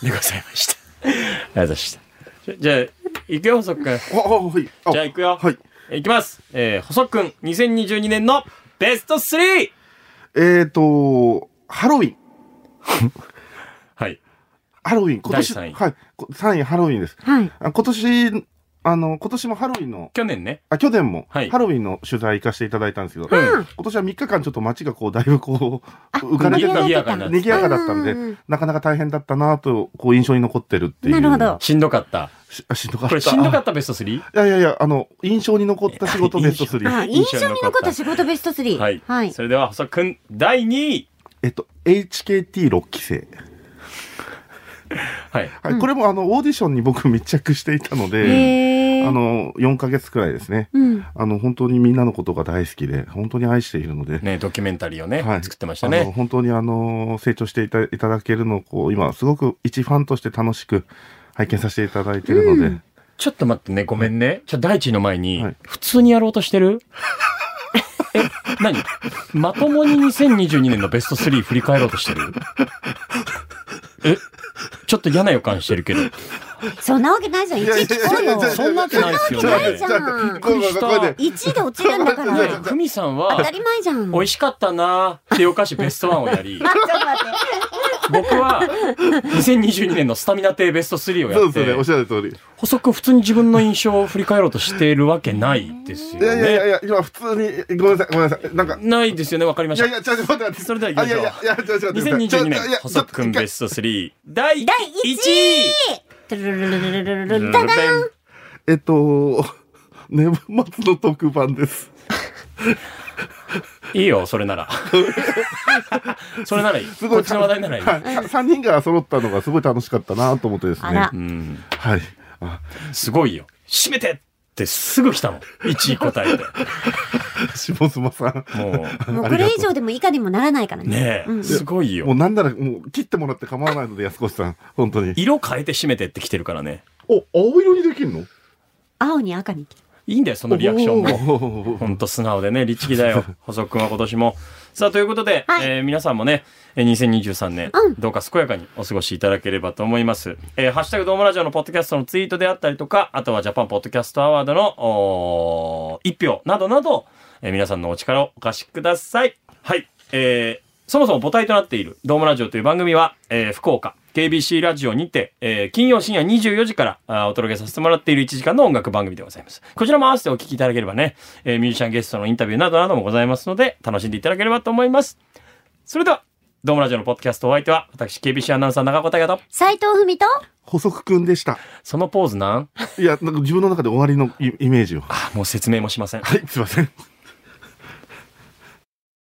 S2: でございました。ありがとうございました。じゃじゃあ、行くよ、細くん。じ
S4: あ、あはい。あ
S2: ゃあ、行くよ。
S4: はい。
S2: えー。行きます。えー、細くん、2022年のベスト 3!
S4: えっと、ハロウィン。
S2: はい。
S4: ハロウィン、今年。
S2: 第三位
S4: はい。こ3位、ハロウィンです。
S3: はい。
S4: あ今年、あの、今年もハロウィンの、
S2: 去年ね。
S4: あ、去年も、
S2: はい
S4: ハロウィンの取材行かせていただいたんですけど、
S2: うん
S4: 今年は3日間ちょっと街がこう、だいぶこう、浮かれて
S2: 賑
S4: た
S2: や
S4: ん
S2: か
S4: で、
S2: な
S4: 賑やかだったん
S3: うんうんうん
S4: で、なかなか大変だったなと、こう、印象に残ってるっていう。
S3: なるほど。
S2: しんどかった。
S4: しあしんどかった。
S2: これ、しんどか
S4: っ
S2: ったベスト 3?
S4: た。いやいやいや、あの、印象に残った仕事ベスト3。
S3: あ、印象に残った仕事ベスト3。
S2: はい。
S3: はい
S2: そ。れでは、細くん、第2位。
S4: えっと、HKT6 期生。
S2: はい。
S4: はい、これもあの、オーディションに僕密着していたので、
S3: へー
S4: あ、の、4ヶ月くらいですね。
S3: うん。
S4: あの、本当にみんなのことが大好きで、本当に愛しているので、
S2: ね、ドキュメンタリーをね、
S4: はい
S2: 作ってました
S4: あの
S2: ね。
S4: 本当にあの、成長していたいただけるのを、こう、今、すごく一ファンとして楽しく拝見させていただいているので、
S2: ちょっと待ってね、ごめんね。ちょ、第一の前に、
S4: はい
S2: 普通にやろうとしてる え、何まともに2022年のベスト3振り返ろうとしてるえ、ちょっと嫌な予感してるけど。
S3: そんなわけないじゃん。1位聞こうよ。
S2: そんなわけないですよね。
S3: じゃん
S4: びっくりした
S2: びっくり
S3: 1位で落ちるんだから。
S2: ねふみさん
S3: 当
S2: は
S3: た、り前じゃん。
S2: 美味しかったなーってお菓子ベストワンをやり、
S3: あ、ちょっと待って。
S2: 僕は2022年のスタミナ亭ベスト3をや
S4: そう
S2: っ、
S4: ですね、おってしゃる通り。
S2: 細く普通に自分の印象を振り返ろうとしているわけないですよ
S4: いやいやいやい
S2: ね。
S4: や、今普通に、ごめんなさい、ごめんなさい。なんか、い
S2: ないですよね、わかりました
S4: やい。や、ちょっと待って待って。
S2: それでは行きましょう
S4: あいやいやいや、ちょっと待って待って。
S2: 2022年、
S4: ちょ
S2: 細
S4: っと
S2: くんベ。
S4: ちょっと
S2: スト3、第1
S3: 第
S2: 位
S3: トゥルルルルルルルル
S2: ダ
S3: ダ
S2: ダ
S3: ダーン
S2: ン
S4: えっと、年末の特番です。
S2: いいよ、それな ら。それならいい。こっちの話題ならいい。
S4: 3人が揃ったのがすごい楽しかったなと思ってです
S3: あ
S4: ね
S3: ら。
S2: うん、
S4: はい。あ
S2: すごいよ。閉めてってすぐ来たもん。1位答えて。
S4: 下妻さん。
S2: も
S3: もうこれ以上でも以下にもならないから
S2: う、ね
S3: ね。
S2: え、すごい
S4: もう
S2: よ。
S4: なんなら、もう切ってもらって構わないので、安越さん。本当に。
S2: 色変えて閉めてって来てるからね。
S4: お、青色にできるの
S3: 青に赤に。
S2: いいんだよ、そのリアクションも。
S4: も
S2: ほんと素直でね、律儀だよ。細くんは今年も。さあ、ということで、
S3: はい
S2: えー皆さんもね、えー2023年、
S3: うん
S2: どうか健やかにお過ごしいただければと思います。えーハッシュタグドームラジオのポッドキャストのツイートであったりとか、あとはジャパンポッドキャストアワードの、おー一票などなど、えー皆さんのお力をお貸しください。はい。えーそもそも母体となっているドームラジオという番組は、えー福岡、KBC ラジオにて、えー金曜深夜24時からあーお届けさせてもらっている1時間の音楽番組でございます。こちらも合わせてお聞きいただければね、えーミュージシャンゲストのインタビューなどなどもございますので、楽しんでいただければと思います。それでは、ドームラジオのポッドキャストお相手は、私、KBC アナウンサー長子大和と、
S3: 斎藤文と、
S4: 補足くんでした。
S2: そのポーズなん
S4: いや、なんか自分の中で終わりのイイメージを。は
S2: あもう説明もしません。
S4: い、すいません。